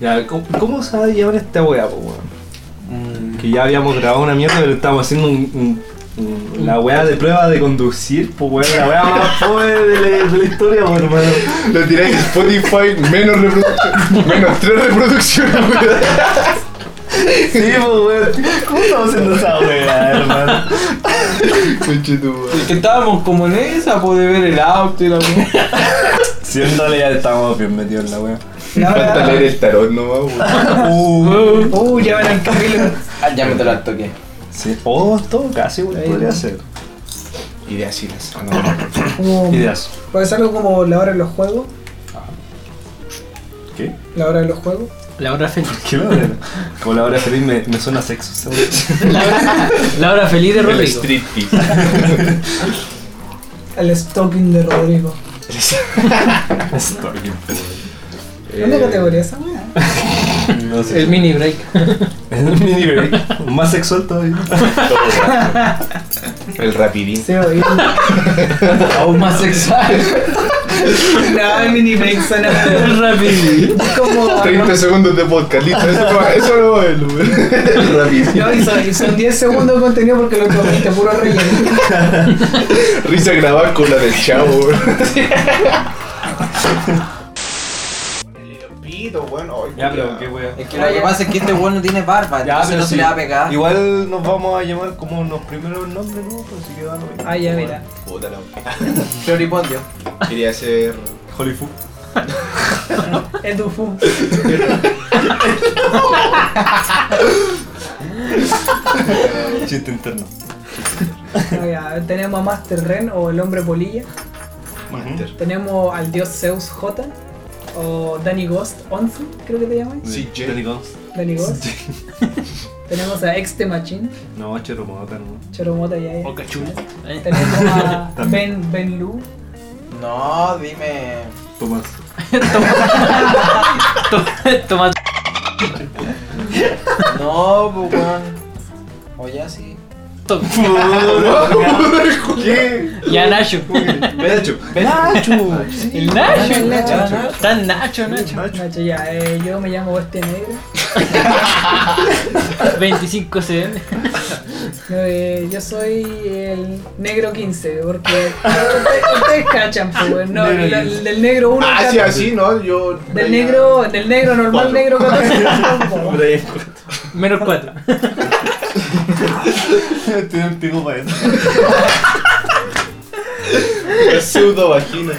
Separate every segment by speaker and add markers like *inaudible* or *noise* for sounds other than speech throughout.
Speaker 1: Ya, ¿cómo, cómo se va a llevar esta weá, po, weón? Que ya habíamos grabado una mierda, pero estábamos haciendo un- un- un- la weá de prueba de conducir, po, weón. La weá más pobre de la, de la historia, po, hermano.
Speaker 2: Lo tiráis en Spotify, menos reproducción. menos tres reproducciones, weón.
Speaker 1: Sí, po, weón. ¿Cómo estamos haciendo esa weá, hermano?
Speaker 2: Conche tu madre.
Speaker 3: Que estábamos como en esa, poder ver el auto y
Speaker 4: *laughs*
Speaker 3: la weá.
Speaker 1: Siéndole, ya estamos bien metidos en la weá.
Speaker 2: Falta leer el tarot nomás,
Speaker 4: Ah,
Speaker 2: weón.
Speaker 1: Uh,
Speaker 3: Uh, ya me el camino. Ah, ya me te lo al toque.
Speaker 1: sí. Oh, todo casi, weón. Podría ser. Ah,
Speaker 2: Ideas y las.
Speaker 4: Como,
Speaker 1: Ideas.
Speaker 4: Puede ser algo como la hora de los juegos.
Speaker 1: ¿Qué?
Speaker 4: La hora de los juegos.
Speaker 5: La hora feliz.
Speaker 1: ¿Qué lo de- Como la hora feliz me, me suena a sexo, ¿sabes?
Speaker 5: La hora, la hora feliz de
Speaker 2: El
Speaker 5: Rodrigo.
Speaker 2: street piece.
Speaker 4: El stalking de Rodrigo.
Speaker 1: *laughs* Estoy bien. Eh,
Speaker 4: ¿Dónde categoría esa weá?
Speaker 1: No sé.
Speaker 5: El mini break.
Speaker 3: *laughs*
Speaker 1: Es un mini break. Más sexual todavía.
Speaker 2: El rapidín.
Speaker 4: Se oí.
Speaker 5: Aún más sexual.
Speaker 4: *laughs* No, el mini break
Speaker 5: *laughs*
Speaker 4: suena peor.
Speaker 5: El rapidín.
Speaker 4: Es como.
Speaker 2: 30 segundos de podcast, listo. Eso no va, eso no va a verlo, weón. El rapidín.
Speaker 4: No, y son, y son 10 segundos de contenido porque lo que comiste, puro relleno.
Speaker 2: Risa grabada con la del chavo, weón.
Speaker 1: Ya, pero qué wea.
Speaker 3: Es que lo que pasa es que este weón no tiene barba,
Speaker 1: Ya,
Speaker 3: entonces
Speaker 1: pero
Speaker 3: no se
Speaker 1: sí.
Speaker 3: le va a pegar.
Speaker 1: Igual nos vamos a llamar como los primeros nombres, ¿no? Así que da lo mismo.
Speaker 4: Ah, ya, mira.
Speaker 2: Puta la weón.
Speaker 3: Floripondio.
Speaker 2: Quería hacer.
Speaker 1: Hollywood.
Speaker 4: Es tu fu.
Speaker 1: Chiste interno.
Speaker 4: No, Ah, ya, Tenemos a Master Ren o el hombre polilla.
Speaker 2: Master.
Speaker 4: Tenemos al dios Zeus J. O Danny Ghost 11, creo que te llamas.
Speaker 2: Sí, Jay.
Speaker 1: Danny Ghost.
Speaker 4: Danny Ghost. Tenemos a Ex The Machine.
Speaker 1: No, chero, mota, no.
Speaker 4: Choromota ya es.
Speaker 5: O cachula. Eh,
Speaker 4: Tenemos a Ben, ben Lu.
Speaker 3: No, dime.
Speaker 1: Tomás.
Speaker 5: to- Toma.
Speaker 3: No, pues weón. O ya sí.
Speaker 5: to-
Speaker 2: ¿Qué?
Speaker 5: Ya Nacho.
Speaker 1: Benacho. Ah,
Speaker 5: El Nacho.
Speaker 4: El Nacho.
Speaker 3: Ya, Nacho.
Speaker 5: Tan Nacho, Nacho.
Speaker 1: Benacho.
Speaker 4: Nacho, ya, eh, yo me llamo Bestia Negra.
Speaker 5: 25 CN.
Speaker 4: No, eh, yo soy el negro 15, porque *laughs* ustedes, ustedes cachan, pues, weón. no,
Speaker 1: Negro
Speaker 4: el,
Speaker 1: 15.
Speaker 4: del negro 1
Speaker 2: Ah, sí, así, ¿no? Yo.
Speaker 4: del negro, del negro normal,
Speaker 2: Cuatro.
Speaker 4: negro 14, tampoco.
Speaker 2: *laughs*
Speaker 1: Brian
Speaker 5: Menos 4.
Speaker 1: Tiene un pico para eso.
Speaker 2: Pseudo vagina.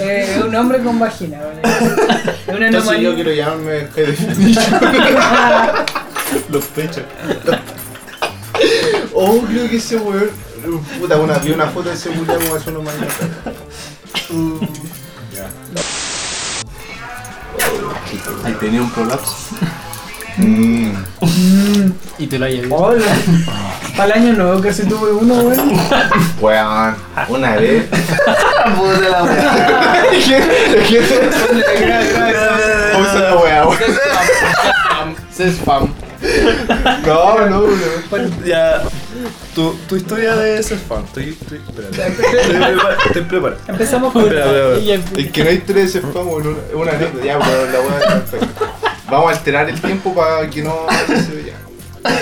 Speaker 4: Eh, es un hombre con vagina, weón. es una
Speaker 2: Entonces yo
Speaker 4: anomalía.
Speaker 2: quiero llamarme High *laughs* Definition.
Speaker 1: Los pechos.
Speaker 2: *laughs* Oh, creo que ese weón. Puta, una, vi una foto de ese weón como hace unos mañana.
Speaker 1: Ahí tenía un prolapso.
Speaker 5: Y te lo hayas visto.
Speaker 4: Hola. Para el año nuevo que se tuve uno, weón.
Speaker 2: *laughs* Weón, una *laughs* vez.
Speaker 1: Puta la wea.
Speaker 2: Pausa Oh, la weá, weón.
Speaker 3: Se spam.
Speaker 2: No, no, weón.
Speaker 1: Ya. Tu, tu historia de ese fan. Estoy, estoy, espérate. Estoy preparado. Estoy preparado.
Speaker 4: Empezamos con.
Speaker 1: Espera, espera, espera.
Speaker 5: Y ya-
Speaker 2: Es que no hay tres spam, weón. Es una anécdota. Ya, weón, la weá está perfecta. Vamos a alterar el tiempo para que no se vea.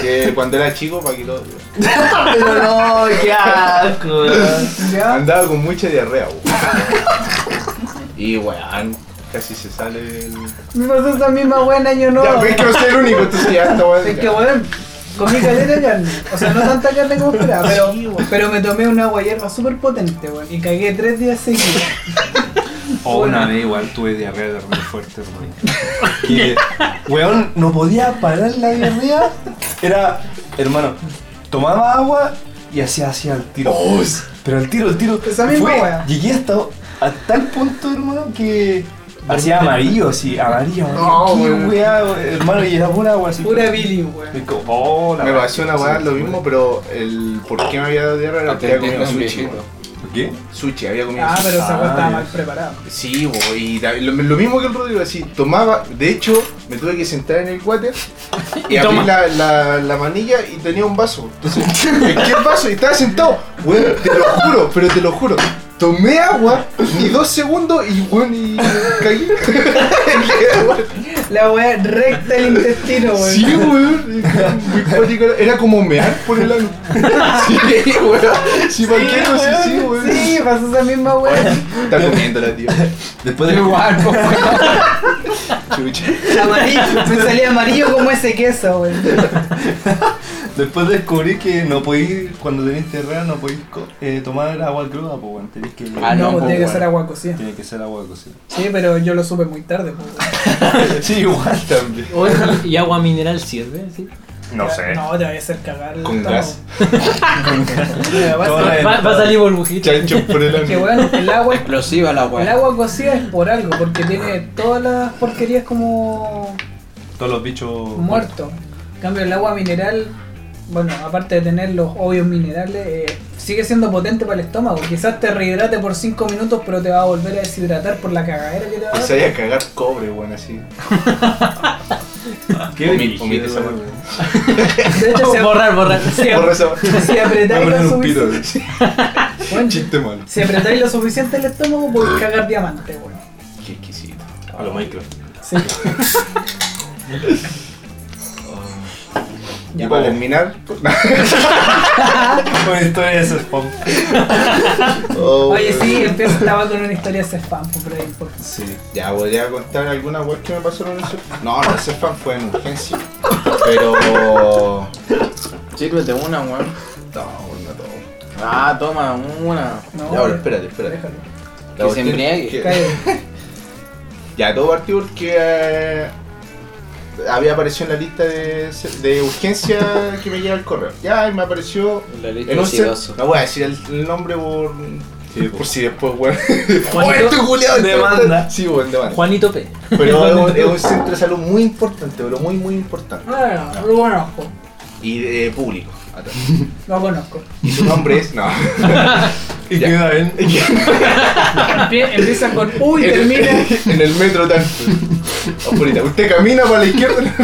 Speaker 2: Que cuando era chico, para que lo.
Speaker 1: Pero no, qué asco. weón.
Speaker 4: Ya.
Speaker 2: Andaba con mucha diarrea, weón. Y weón, casi se sale el.
Speaker 4: Me pasó esa misma weá en año
Speaker 2: Ya,
Speaker 4: nuevo.
Speaker 2: ves que no soy el único, entonces ya está bueno.
Speaker 4: *laughs* Es que weón, comí caleta de carne. O sea, no tanta carne como esperaba, pero, pero me tomé una guayerba súper potente, weón. Y cagué tres días seguidos.
Speaker 1: O una vez igual tuve diarrea de muy fuerte, hermano. Que, weón, no podía parar la diarrea. Era, hermano, tomaba agua y hacía así al tiro.
Speaker 2: Oh.
Speaker 1: Pero al tiro, al tiro.
Speaker 4: Esa misma
Speaker 1: fue-
Speaker 4: wea.
Speaker 1: Llegué hasta, a tal punto, hermano, que hacía amarillo, así, amarillo.
Speaker 2: No,
Speaker 1: amarillo.
Speaker 2: weón.
Speaker 1: Qué wea, hermano, y era pura agua así.
Speaker 4: Pura Billy, weón.
Speaker 1: Y como, oh, la
Speaker 2: Me
Speaker 1: wea,
Speaker 2: pasó una
Speaker 1: sí,
Speaker 2: weá
Speaker 1: sí,
Speaker 2: lo
Speaker 1: sí,
Speaker 2: mismo, pero el por qué me había dado diarrea era porque había comido sushi. weón.
Speaker 1: ¿Por ¿Qué?
Speaker 2: Sushi, había comido
Speaker 4: Ah,
Speaker 2: sushi.
Speaker 4: pero esa
Speaker 1: Ah,
Speaker 4: weá estaba
Speaker 1: ya.
Speaker 4: mal preparada.
Speaker 2: Sí, bo, y da- lo, lo mismo que el Rodrigo, así, tomaba, de hecho, me tuve que sentar en el water y,
Speaker 5: Y
Speaker 2: abrí
Speaker 5: toma.
Speaker 2: la, la, la manilla y tenía un vaso. Entonces, ¿en qué vaso? Y estaba sentado, weón, te lo juro, pero te lo juro. Tomé agua, ni dos segundos y bueno, y caí.
Speaker 4: La weá recta el intestino, weón.
Speaker 2: sí, weón. Muy cuático, Era como mear por el ano. Sí, weón. Sí,
Speaker 4: Sí,
Speaker 2: cualquier cosa, sí,
Speaker 4: weón.
Speaker 2: weón.
Speaker 4: Sí, pasó esa misma weá.
Speaker 2: Está comiéndola, tío.
Speaker 1: Después de.
Speaker 5: Igual, po, weón.
Speaker 2: Chucha.
Speaker 4: Amarillo, me salía amarillo como ese queso, weón.
Speaker 1: Después descubrí que no podéis, cuando tenéis terreno, no podéis co- eh, tomar agua cruda, pues bueno, tenéis que.
Speaker 3: Ah, no,
Speaker 4: no,
Speaker 3: pues,
Speaker 4: tiene que
Speaker 3: weón.
Speaker 4: ser agua cocida.
Speaker 1: Tiene que ser agua cocida. *laughs*
Speaker 4: Sí, pero yo lo supe muy tarde, pues, weón.
Speaker 1: Sí, igual también.
Speaker 5: Oye, ¿Y agua mineral sirve? Sí.
Speaker 1: No sé.
Speaker 4: No, te voy a hacer cagar. el
Speaker 2: Con
Speaker 4: estómago.
Speaker 2: gas.
Speaker 4: Mira, va a ser-
Speaker 5: Va, va a salir burbujita. *laughs*
Speaker 2: Chanchos por el
Speaker 4: Que
Speaker 2: ano.
Speaker 4: weón, el agua
Speaker 3: Explosiva la
Speaker 4: El
Speaker 3: weá.
Speaker 4: agua cocida es por algo, porque tiene todas las porquerías como
Speaker 1: Todos los bichos.
Speaker 4: muerto. En cambio, el agua mineral, bueno, aparte de tener los obvios minerales, eh, sigue siendo potente para el estómago. Quizás te rehidrate por 5 minutos, pero te va a volver a deshidratar por la cagadera que te va a
Speaker 2: Y
Speaker 4: dar.
Speaker 2: se vaya a cagar cobre, weón, así.
Speaker 1: ¿Qué?
Speaker 2: Omit- omite
Speaker 1: Omite
Speaker 2: esa
Speaker 1: esa
Speaker 2: parte.
Speaker 4: De hecho, *laughs* si, ap-
Speaker 5: Borrar, borrar.
Speaker 4: si ap-
Speaker 2: Por eso.
Speaker 4: si
Speaker 1: Me
Speaker 4: apretáis
Speaker 1: voy a
Speaker 4: lo
Speaker 1: poner un pito.
Speaker 4: suficiente. *laughs* Bueno,
Speaker 2: Chiste malo.
Speaker 4: si apretáis lo suficiente el estómago, podéis cagar diamante, weón.
Speaker 2: Qué exquisito.
Speaker 1: A lo Minecraft.
Speaker 4: Sí.
Speaker 2: Y para terminar.
Speaker 1: Con historia de spam.
Speaker 2: Oh,
Speaker 4: Oye,
Speaker 2: weón.
Speaker 4: sí, empiezo, estaba con una historia de spam, pues, pero no importa.
Speaker 1: Sí.
Speaker 2: Ya, voy a contar alguna web que me pasaron en el surf. No, no, ese fan fue en urgencia. Pero. No,
Speaker 3: Sírvete una, weón.
Speaker 2: no todo.
Speaker 3: Ah, toma, una.
Speaker 4: No,
Speaker 2: Ya, pero espérate, espérate.
Speaker 4: déjalo.
Speaker 2: La
Speaker 3: Que se
Speaker 2: cuestión
Speaker 3: embriague.
Speaker 2: que-
Speaker 4: Cállate.
Speaker 2: Ya, todo partió porque. eh, había aparecido en la lista de, de urgencia que me llega el correo. Ya, y me apareció.
Speaker 3: La lista
Speaker 2: En un
Speaker 3: de
Speaker 2: ser-
Speaker 3: sidoso.
Speaker 2: Eh, No voy a decir el, el nombre por.
Speaker 1: Sí,
Speaker 2: *laughs*
Speaker 1: pues.
Speaker 2: por si después,
Speaker 1: *laughs*
Speaker 2: weón.
Speaker 5: Juanito-
Speaker 2: ¡Oh, este culiao!
Speaker 1: Demanda.
Speaker 2: *laughs* Sí, weón, demanda.
Speaker 5: *laughs* Juanito P.
Speaker 1: *laughs*
Speaker 2: Pero es un, es un centro de salud muy importante, pero muy, muy importante.
Speaker 4: Ah, lo conozco,
Speaker 2: Y de público. atrás.
Speaker 4: lo conozco.
Speaker 2: Y su nombre
Speaker 1: *laughs*
Speaker 2: es. No.
Speaker 1: Y
Speaker 2: Ya.
Speaker 1: queda bien.
Speaker 4: Empie- Empieza con uy,
Speaker 2: En- *laughs*
Speaker 4: termina.
Speaker 2: En el metro tanto. Afuera. Usted camina para la izquierda.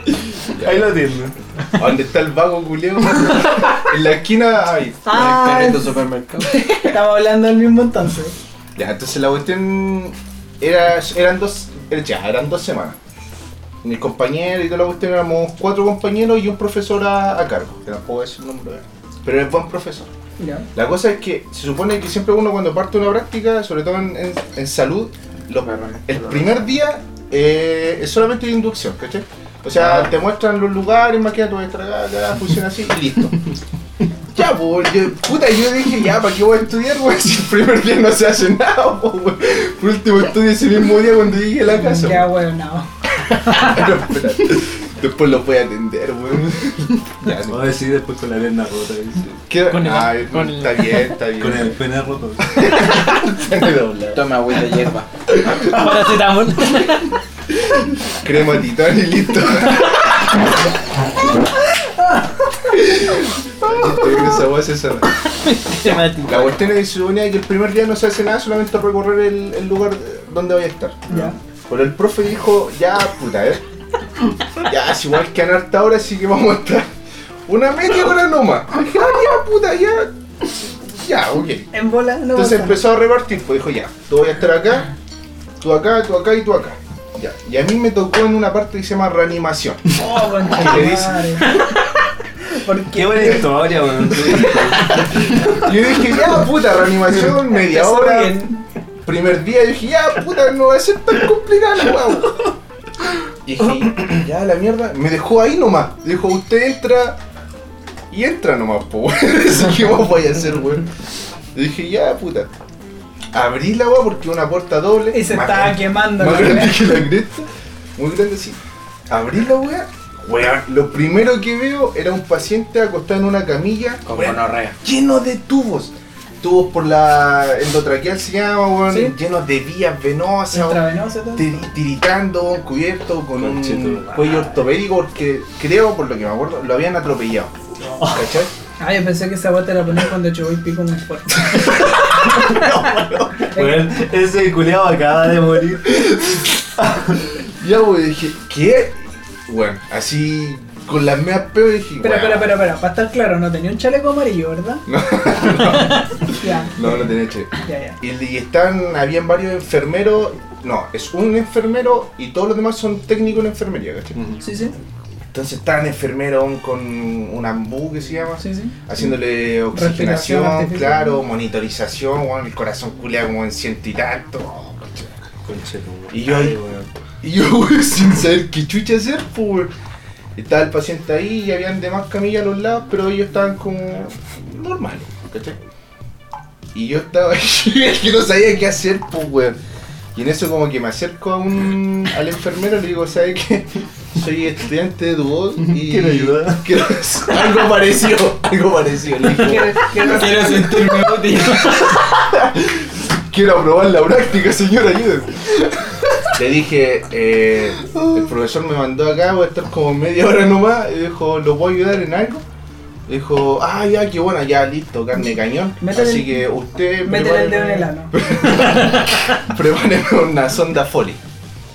Speaker 1: *laughs* Ahí lo tiene.
Speaker 2: ¿Dónde está el vago
Speaker 1: *laughs*
Speaker 2: culeo? En la esquina ahí.
Speaker 4: Ah,
Speaker 3: Carrito supermercado.
Speaker 4: estamos hablando del mismo entonces.
Speaker 2: Ya, entonces la cuestión era, eran dos. era- Ya, eran dos semanas. Mi compañero y toda la cuestión éramos cuatro compañeros y un profesor a, a cargo. Que no puedo decir el nombre. Pero es buen profesor.
Speaker 4: Ya.
Speaker 2: La cosa es que se supone que siempre uno cuando parte una práctica, sobre todo en, en- en salud, los- el primer día eh, es solamente de inducción, ¿cachai? O
Speaker 5: Ah.
Speaker 2: sea, te muestran los lugares, máquina, tú vas a tragar, ya, funciona así y
Speaker 5: *laughs*
Speaker 2: listo. Ya, pues, yo, puta, yo dije, ya, ¿para qué voy a estudiar, güey? *laughs* Si el primer día no se hace nada, pues, güey. Por último, estudio ese mismo día cuando llegue a la casa.
Speaker 4: Ya, weón, no.
Speaker 2: güey. *laughs* No, espérate. Después los voy a atender, güey. *laughs* Ya,
Speaker 1: Voy a decir después con la pierna rota.
Speaker 2: *laughs*
Speaker 1: dice.
Speaker 2: ¿qué?
Speaker 5: Con el-
Speaker 2: Ay,
Speaker 5: *laughs* con el-
Speaker 2: está bien, está bien.
Speaker 1: Con el pene roto.
Speaker 2: *laughs*
Speaker 3: Toma, agüita hierba.
Speaker 5: *laughs* Paracetamol. *laughs*
Speaker 2: crema titán y listo. Listo, esa hueá se cerra.
Speaker 5: Se me atiza.
Speaker 2: La cuestión es que se suponía que el primer día no se hace nada, solamente recorrer el, el lugar donde voy a estar.
Speaker 4: Ya.
Speaker 2: Pero el profe dijo, ya puta, eh. Ya, es igual que han harta hora, así que vamos a estar una media hora nomás. Dije, "Ah, ya puta, ya. Ya, ok.
Speaker 4: En bola, no
Speaker 2: Entonces
Speaker 4: pasa.
Speaker 2: empezó a repartir, pues dijo ya, tú voy a estar acá, tú acá, tú acá y tú acá. Ya. Y a mí me tocó en una parte que se llama reanimación.
Speaker 4: Oh, weón,
Speaker 2: ¿Qué le dice?
Speaker 4: *laughs* ¿Por qué?
Speaker 1: Qué buena historia, weón.
Speaker 2: Yo dije, ya puta,
Speaker 4: *laughs*
Speaker 2: reanimación, media
Speaker 4: Empezó
Speaker 2: hora.
Speaker 4: bien.
Speaker 2: Primer día yo dije, ya puta, no va a ser tan complicado, weón. Y dije, ya la mierda, me dejó ahí nomás. Dijo, usted entra y entra nomás, po, weón. *laughs* Así que vos voy a hacer, weón. Y dije, ya puta. Abrí la weá porque una puerta doble.
Speaker 4: Y se
Speaker 2: más
Speaker 4: estaba
Speaker 2: grande.
Speaker 4: quemando la
Speaker 2: Más grande
Speaker 4: weá.
Speaker 2: que la cresta. Muy grande, sí. Abrí la weá. Weón, lo primero que veo era un paciente acostado en una camilla.
Speaker 3: Con
Speaker 2: weón,
Speaker 3: gonorrea.
Speaker 2: lleno de tubos. Tubos por la endotraqueal se llama, weón.
Speaker 4: Sí.
Speaker 2: Llenos de vías venosas. weón,
Speaker 4: Intravenosa, todo.
Speaker 2: tiri- Tiritando, weón, cubierto con un
Speaker 1: Conchetumare.
Speaker 2: cuello ortopédico porque creo, por lo que me acuerdo, lo habían atropellado. ¿Cachai?
Speaker 4: Ah, yo pensé que esa weá te la ponía cuando yo voy pico muy fuerte.
Speaker 1: Weón, ese culiao acaba de morir.
Speaker 2: Ya, güey, dije, ¿qué? Bueno, así con las medias peo y dije,
Speaker 4: Espera,
Speaker 2: "Weón".
Speaker 4: espera, espera, espera. Para estar claro, no tenía un chaleco amarillo, ¿verdad? *laughs* Ya,
Speaker 2: No, no tenía che.
Speaker 4: ya, ya.
Speaker 2: Y, y están, habían varios enfermeros. No, es un enfermero y todos los demás son técnicos en enfermería, ¿cachai?
Speaker 1: Ujú.
Speaker 4: Sí, sí,
Speaker 2: Entonces estaban enfermeros con un ambú que se llama,
Speaker 4: sí,
Speaker 2: *laughs*
Speaker 4: sí.
Speaker 2: haciéndole
Speaker 4: Respiración
Speaker 2: oxigenación,
Speaker 4: artificial.
Speaker 2: claro, monitorización, weón, el corazón culia como en ciento y tanto. oh, cachai.
Speaker 1: Conchetumare.
Speaker 2: Y yo-
Speaker 1: Ay, weón.
Speaker 2: Y yo, *laughs* weón, sin saber qué chucha hacer, pues. weón. Estaba el paciente ahí y habían demás camillas a los lados, pero ellos estaban como normales, ¿cachai? Y yo estaba *laughs* ahí, que no sabía qué hacer, pues, weón. Y en eso como que me acerco a un, al enfermero y le digo, ¿sabes qué? Soy estudiante de tu
Speaker 4: *laughs*
Speaker 2: voz y...
Speaker 1: ¿Quiero ayuda?
Speaker 2: quiero- algo parecido, *laughs* algo parecido. Le digo,
Speaker 4: Quiero- quiero-
Speaker 5: Quiero sentirme útil.
Speaker 2: Quiero aprobar la práctica, señor, ayúdeme. Le dije, eh, el profesor me mandó acá, voy a estar como media hora nomás. Y dijo, ¿lo puedo ayudar en algo? Dijo, ah, ya, qué bueno, ya, listo, carne de cañón.
Speaker 4: Métele-
Speaker 2: Así que usted
Speaker 4: Métele el dedo en el
Speaker 2: prepáreme,
Speaker 4: ano.
Speaker 2: prepáreme una sonda Foley.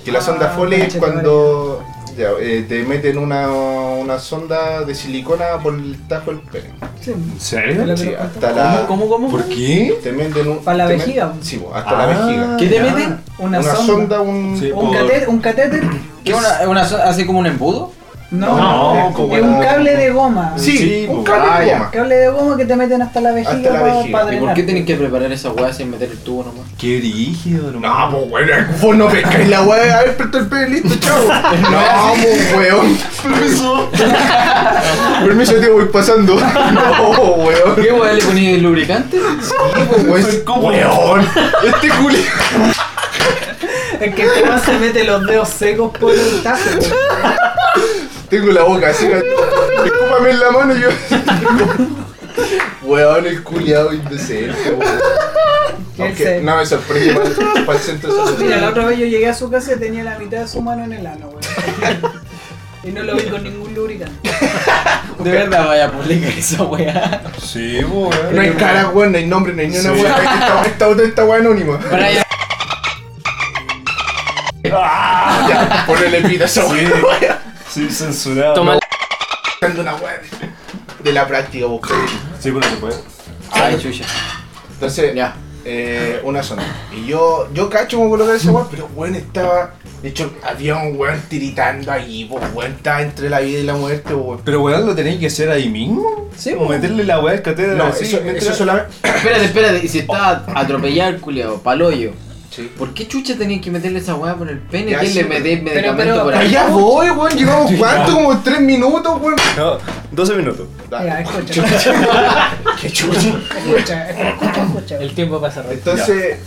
Speaker 2: Que la
Speaker 4: Ah,
Speaker 2: sonda Foley es
Speaker 4: conchetumare.
Speaker 2: cuando ya, eh, te meten una, una sonda de silicona por el tajo del pene.
Speaker 4: Sí.
Speaker 1: ¿En serio?
Speaker 4: Lo que
Speaker 2: Sí,
Speaker 4: nos contó.
Speaker 2: hasta la...
Speaker 5: ¿Cómo, cómo,
Speaker 1: ¿Por
Speaker 5: cómo?
Speaker 1: qué?
Speaker 2: Te meten un...
Speaker 4: ¿Para la
Speaker 2: te met-
Speaker 4: vejiga?
Speaker 2: Sí, po, hasta la
Speaker 1: Ah.
Speaker 2: vejiga.
Speaker 5: ¿Qué te
Speaker 1: Ya.
Speaker 5: meten?
Speaker 4: Una,
Speaker 2: una
Speaker 4: sonda.
Speaker 2: sonda, un...
Speaker 1: Sí.
Speaker 4: Un catéter, un catéter.
Speaker 3: ¿Qué una, una so- así como un embudo?
Speaker 4: No,
Speaker 1: No,
Speaker 4: no,
Speaker 1: como
Speaker 4: es
Speaker 2: la-
Speaker 4: un cable de goma.
Speaker 2: Sí,
Speaker 1: Sí,
Speaker 2: un
Speaker 1: po.
Speaker 2: cable
Speaker 3: Ah,
Speaker 2: de
Speaker 3: ya.
Speaker 2: goma.
Speaker 4: Cable de goma que te meten hasta la vejiga,
Speaker 2: Hasta la
Speaker 4: pa-
Speaker 2: vejiga.
Speaker 4: pa
Speaker 3: ¿Y por qué
Speaker 4: drenarte.
Speaker 3: tienen que preparar esa weá sin meter el tubo nomás?
Speaker 1: Qué rígido,
Speaker 2: No, pues weón, vos no pescáis la weá, a ver, presta el pene, listo, chavo. No, pues weón. Permiso. *laughs* Permiso, tío, voy pasando. *laughs* No, weón.
Speaker 3: ¿Qué weá le ponía el lubricante?
Speaker 2: Pues, weón,
Speaker 1: ¿Cómo?
Speaker 2: Weón. Este culio.
Speaker 4: Es que el más se mete los dedos secos por el pues. tazo.
Speaker 2: Tengo este la boca así. Escúpame en la mano y yo. Weón, el culiado indecente,
Speaker 4: *laughs*
Speaker 2: weón.
Speaker 4: Que él
Speaker 2: Aunque
Speaker 4: se-
Speaker 2: No me sorprende para el centro de salud.
Speaker 4: Mira, la otra vez yo llegué a su casa y tenía la mitad de su mano en el ano, güey. Y no lo vi con ningún lubricante.
Speaker 5: De verdad vaya a publicar esa weá.
Speaker 1: Sí, pues, po, weón.
Speaker 2: No hay cara, weón, no hay nombre, no hay ni una
Speaker 1: Sí.
Speaker 2: weá. Esta- Esta otra esta weá anónima.
Speaker 5: Brian,
Speaker 2: Ah, Ya, ponele pita a esa
Speaker 1: Sí.
Speaker 2: weá.
Speaker 1: Sí, censurado.
Speaker 5: Toma
Speaker 1: No.
Speaker 2: buscando una web de la práctica busca.
Speaker 1: Sí, pero no se puede.
Speaker 3: Ay, chucha.
Speaker 2: Entonces,
Speaker 3: Ya.
Speaker 2: eh, una zona. Y yo, yo cacho cómo colocar ese weón, pero weón estaba. De hecho, había un weón tiritando ahí, po, weón estaba entre la vida y la muerte, po, weón.
Speaker 1: Pero weón, lo tenéis que hacer ahí mismo.
Speaker 4: Sí,
Speaker 1: O meterle la weá al catedral.
Speaker 2: No,
Speaker 1: así,
Speaker 2: eso,
Speaker 1: mientras-
Speaker 2: eso solamente.
Speaker 3: Espérate, espérate. Y si está atropellado el culiao, paloyo.
Speaker 2: Sí.
Speaker 3: ¿Por qué chucha tenían que meterle esa weá por el pene?
Speaker 2: Ya,
Speaker 3: ¿Quién
Speaker 2: sí,
Speaker 3: le
Speaker 2: pero-
Speaker 3: mete el
Speaker 4: pero-
Speaker 3: medicamento
Speaker 4: pero-
Speaker 3: por ahí?
Speaker 2: Allá voy, weón, llevamos cuánto, como tres minutos, weón.
Speaker 1: No, 12 minutos.
Speaker 4: Ya,
Speaker 2: Dale.
Speaker 4: escucha,
Speaker 2: Qué chucha.
Speaker 4: escucha, escucha, escucha.
Speaker 5: El tiempo pasa rápido.
Speaker 2: Entonces,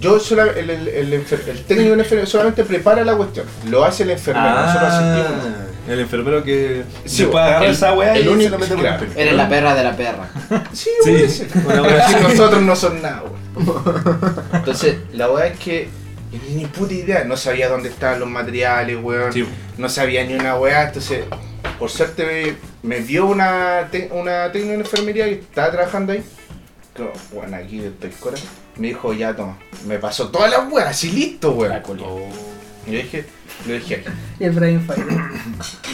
Speaker 2: yo sola, el, el, el, enfer- el técnico en enfermería solamente prepara la cuestión. Lo hace el enfermero,
Speaker 1: Ah.
Speaker 2: nosotros asistimos.
Speaker 1: el enfermero que
Speaker 2: Sí,
Speaker 1: se puede agarrar
Speaker 2: el-
Speaker 1: esa weá y
Speaker 2: el
Speaker 1: se
Speaker 2: único-
Speaker 1: la mete por
Speaker 2: claro.
Speaker 1: el pene.
Speaker 3: Eres la perra de la perra.
Speaker 2: Sí,
Speaker 1: Sí. *laughs*
Speaker 2: weón. sí.
Speaker 1: Una
Speaker 2: Ahora
Speaker 1: weá
Speaker 2: sí,
Speaker 1: así.
Speaker 2: nosotros no son nada, weón. Entonces, la weá es que yo ni- ni puta idea, no sabía dónde estaban los materiales, weón.
Speaker 1: Sí.
Speaker 2: No sabía ni una weá, entonces, por suerte me, me vio una, te- una técnica en enfermería que estaba trabajando ahí. Como, bueno, aquí estoy cora. Me dijo, ya toma. Me pasó todas las weas, así listo, weón. Yo dije, lo dije aquí.
Speaker 4: Y el Brian Fire.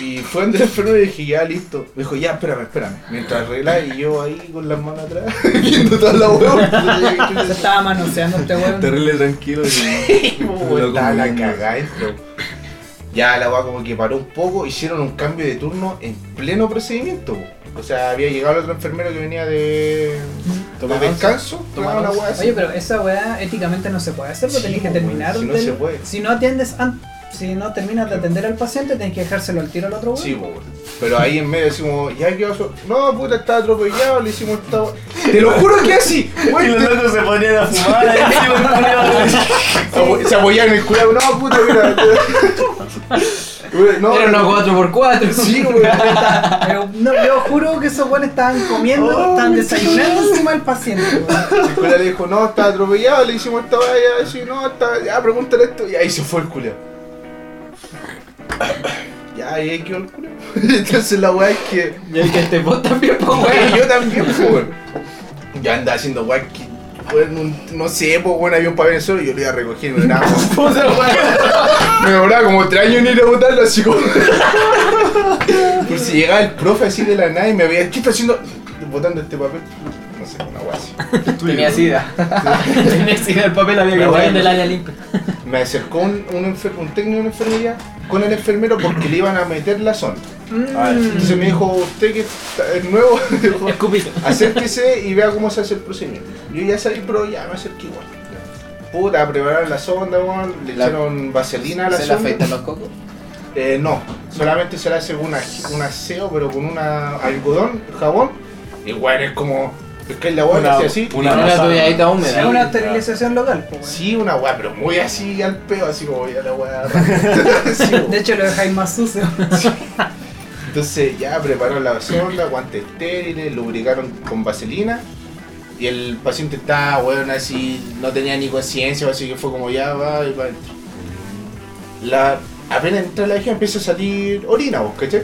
Speaker 2: Y fue donde el enfermero y dije, ya listo. Me dijo, ya, espérame, espérame. Mientras arregla y yo ahí con las manos atrás, *laughs* viendo toda la
Speaker 4: *laughs* Se
Speaker 2: hueá.
Speaker 4: estaba manoseando este weón.
Speaker 1: Terrible tranquilo. Sí.
Speaker 2: Estaba la cagada dentro. Ya la hueá como que paró un poco, hicieron un cambio de turno en pleno procedimiento. po. O sea, había llegado el otro enfermero que venía de, de descanso,
Speaker 3: Toma
Speaker 2: tomaba la
Speaker 3: once.
Speaker 2: hueá así.
Speaker 4: Oye, pero esa weá éticamente no se puede hacer porque
Speaker 2: Sí,
Speaker 4: tenés que
Speaker 2: weón,
Speaker 4: terminar.
Speaker 2: si no
Speaker 4: del-
Speaker 2: se puede.
Speaker 4: si no atiendes an- Si no terminas de atender al paciente, tenés que dejárselo al tiro al otro weón.
Speaker 2: Sí, po, weón. pero ahí en medio decimos, ya qué pasó. No, puta, estaba atropellado, le hicimos esta hueá. *laughs* Te lo juro que así.
Speaker 1: Y
Speaker 2: weón,
Speaker 1: los
Speaker 2: te-
Speaker 1: locos se ponían a fumar ahí
Speaker 2: *laughs*
Speaker 1: encima del culiao.
Speaker 2: Apo- Se apoyaron en el culo, no, puta, mira. *laughs* Güey,
Speaker 3: Era
Speaker 2: *laughs*
Speaker 3: una
Speaker 2: no, *laughs*
Speaker 3: 4x4. *laughs*
Speaker 2: Sí, güey.
Speaker 4: Pero no, yo juro que esos weones estaban comiendo,
Speaker 2: Oh,
Speaker 4: estaban desayunando encima del paciente.
Speaker 2: *laughs*
Speaker 4: weón.
Speaker 2: El culo le dijo, no, está atropellado, le hicimos esta valla, así, no, está, ya, pregúntale esto. Y ahí se fue el culo. Ya, y ahí quedó el culo. *laughs* Entonces la weá es que.
Speaker 3: Y el que te vos "Este también,
Speaker 2: *laughs*
Speaker 3: pues,
Speaker 2: Güey,
Speaker 3: weón.
Speaker 2: yo también, güey. Ya andaba haciendo weá que weón, un- no sé, pues bueno, había un pabellón solo y yo lo iba a recoger y me duraba. Puta, weón. me duraba como tres años en ir a botarlo así como. Por si llegaba el profe así de la nada y me veía, ¿qué está haciendo? Botando este papel. No sé, una weá así.
Speaker 5: Tenía sida. Tenía sida, el papel había
Speaker 2: La
Speaker 5: que
Speaker 2: weá
Speaker 5: poner
Speaker 2: del
Speaker 5: del área limpia.
Speaker 2: Me acercó un, un, enfer- un técnico de una enfermería con el enfermero porque le iban a meter la zona. Entonces me dijo, usted que está- es nuevo, *laughs* dijo,
Speaker 5: Escupito.
Speaker 2: acérquese y vea cómo se hace el procedimiento. Yo ya salí, pero ya me acerqué igual. Puta, prepararon la sonda, weón, le
Speaker 6: La-
Speaker 2: echaron vaselina a la
Speaker 6: ¿Se le
Speaker 2: sonda.
Speaker 6: afeitan los cocos?
Speaker 2: Eh, no, solamente se le hace una, un aseo, pero con una algodón, jabón. Igual es como, es que es la weá que
Speaker 6: Una-
Speaker 2: hace así.
Speaker 6: Una
Speaker 5: Una toalladita
Speaker 4: Es
Speaker 5: húmeda.
Speaker 4: una esterilización local, pues, po, weón.
Speaker 2: Sí, una weá, pero muy así al peo, así como ya la
Speaker 6: *laughs*
Speaker 2: weá. *laughs* Sí, weón.
Speaker 4: De hecho, lo dejáis más sucio.
Speaker 2: *laughs* Entonces ya prepararon la sonda, guantes estériles, lubricaron con vaselina. Y el paciente estaba, weón, así, no tenía ni conciencia, así que fue como ya va y va adentro. La, apenas entró la vieja empieza a salir orina, vos, ¿cachai?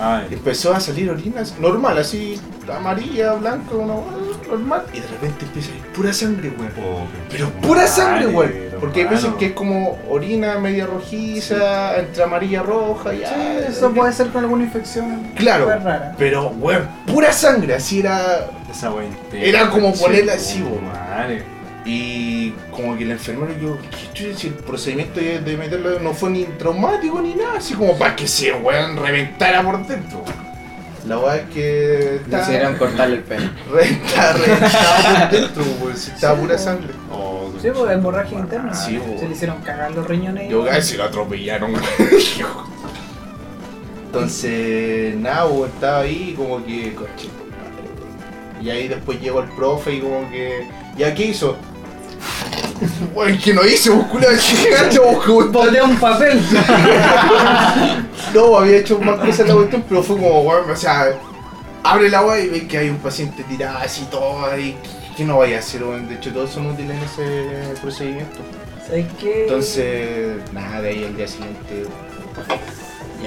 Speaker 1: Ay,
Speaker 2: Empezó a salir orina normal, así, amarilla, blanca, una weá normal. Y de repente empieza a ir pura sangre, weón.
Speaker 1: oh,
Speaker 2: Pero pura sangre, weón.
Speaker 1: hermano.
Speaker 2: Porque hay veces que es como orina media rojiza, entre amarilla roja, ya.
Speaker 4: Eso puede ser con alguna infección
Speaker 2: Claro.
Speaker 4: súper rara.
Speaker 2: Pero, weón, pura sangre, así era.
Speaker 1: Esa wea entera,
Speaker 2: Era como
Speaker 1: che,
Speaker 2: ponerla así,
Speaker 1: oh,
Speaker 2: weón.
Speaker 1: madre.
Speaker 2: Y como que el enfermero, yo, ¿qué chucha? si el procedimiento de, de meterlo no fue ni traumático ni nada, así como para que se, weón, reventara por dentro. La weá es que. Está
Speaker 6: Decidieron cortarle el pelo.
Speaker 2: *laughs* reventa- reventado por dentro, weón, si estaba pura sangre.
Speaker 1: Oh,
Speaker 4: Sí, pues hemorragia interna.
Speaker 2: Sí, pues.
Speaker 4: Se
Speaker 2: weón.
Speaker 4: le hicieron cagar los riñones.
Speaker 2: Yo casi lo *laughs* atropellaron, weón. Entonces, nada, weón, estaba ahí como que, coche, tu madre, weón. Y ahí después llegó el profe y como que, ¿ya qué *laughs* hizo? Weón, ¿qué no hice, musculado? ¿Qué gacho, vos, que vos
Speaker 4: Boté un papel.
Speaker 2: no, había hecho más cosas en la cuestión, pero fue como, weón, o sea, abre la weá y ves que hay un paciente tirado así todo ahí. ¿Qué no vaya a hacer, weón? De hecho, todos son útiles en ese procedimiento.
Speaker 4: ¿Sabes qué?
Speaker 2: Entonces, nada, de ahí al día siguiente.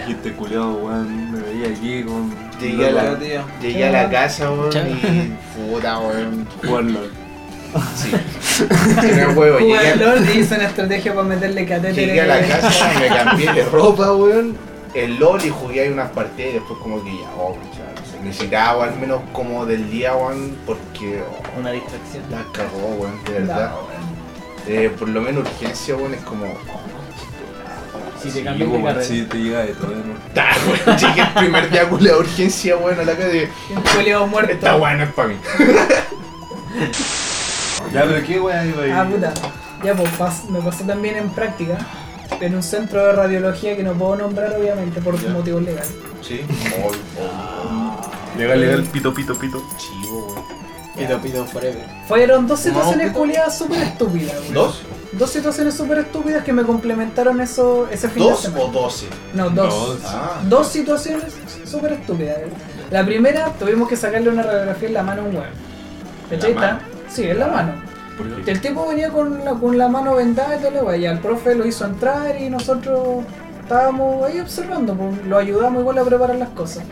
Speaker 1: Y este culiado, weón, me veía aquí con.
Speaker 2: Llegué a la,
Speaker 5: tío.
Speaker 2: llegué a la casa, weón,
Speaker 5: Chao.
Speaker 2: y puta, weón.
Speaker 1: Jugarlo.
Speaker 2: Sí. Era huevo, llegué,
Speaker 4: Jugar
Speaker 2: a-
Speaker 4: LOL y hizo una estrategia para meterle catéter.
Speaker 2: llegué a la
Speaker 4: *laughs*
Speaker 2: casa, me cambié de ropa, weón. El LOL y jugué ahí unas partidas y después como que ya, oh, ya, no sé, necesitaba weón, al menos como del día, weón, porque oh,
Speaker 5: Una distracción.
Speaker 2: la cagó, weón, de verdad. Eh, por lo menos urgencia, weón, es como... *laughs* oh,
Speaker 5: Si te
Speaker 1: Sí,
Speaker 5: cambias de
Speaker 1: weón,
Speaker 5: carrera.
Speaker 1: sí, te llega de todo, hermano.
Speaker 2: Ta, ¡Ah, weón, llegué el primer día con la urgencia, weón, a la casa de...
Speaker 4: Un culiao muerto.
Speaker 2: Esta weón no es para mí.
Speaker 1: Ya, pero qué weón iba a ir.
Speaker 4: Ah, puta. Ya, pues pas- me pasó también en práctica en un centro de radiología que no puedo nombrar, obviamente, por
Speaker 2: Ya.
Speaker 4: motivos legales.
Speaker 2: Sí. Oh, oh,
Speaker 1: Legal, legal, pito, pito, pito.
Speaker 2: oh, chivo, weón.
Speaker 5: Pido, pido forever.
Speaker 4: Fueron dos situaciones
Speaker 5: puta.
Speaker 4: culiadas súper estúpidas, güey.
Speaker 2: ¿Dos?
Speaker 4: Dos situaciones súper estúpidas que me complementaron eso, ese fin de
Speaker 2: ¿Dos
Speaker 4: semana.
Speaker 2: o doce?
Speaker 4: No, dos.
Speaker 2: Ah.
Speaker 4: Dos situaciones súper estúpidas. güey. La primera, tuvimos que sacarle una radiografía en la mano a un weón. ¿Cachai?
Speaker 2: mano?
Speaker 4: Está- Sí, en la mano.
Speaker 1: ¿Por qué?
Speaker 4: El tipo venía con la, con la mano vendada y todo lo y al profe lo hizo entrar y nosotros estábamos ahí observando, pues, lo ayudamos igual a preparar las cosas.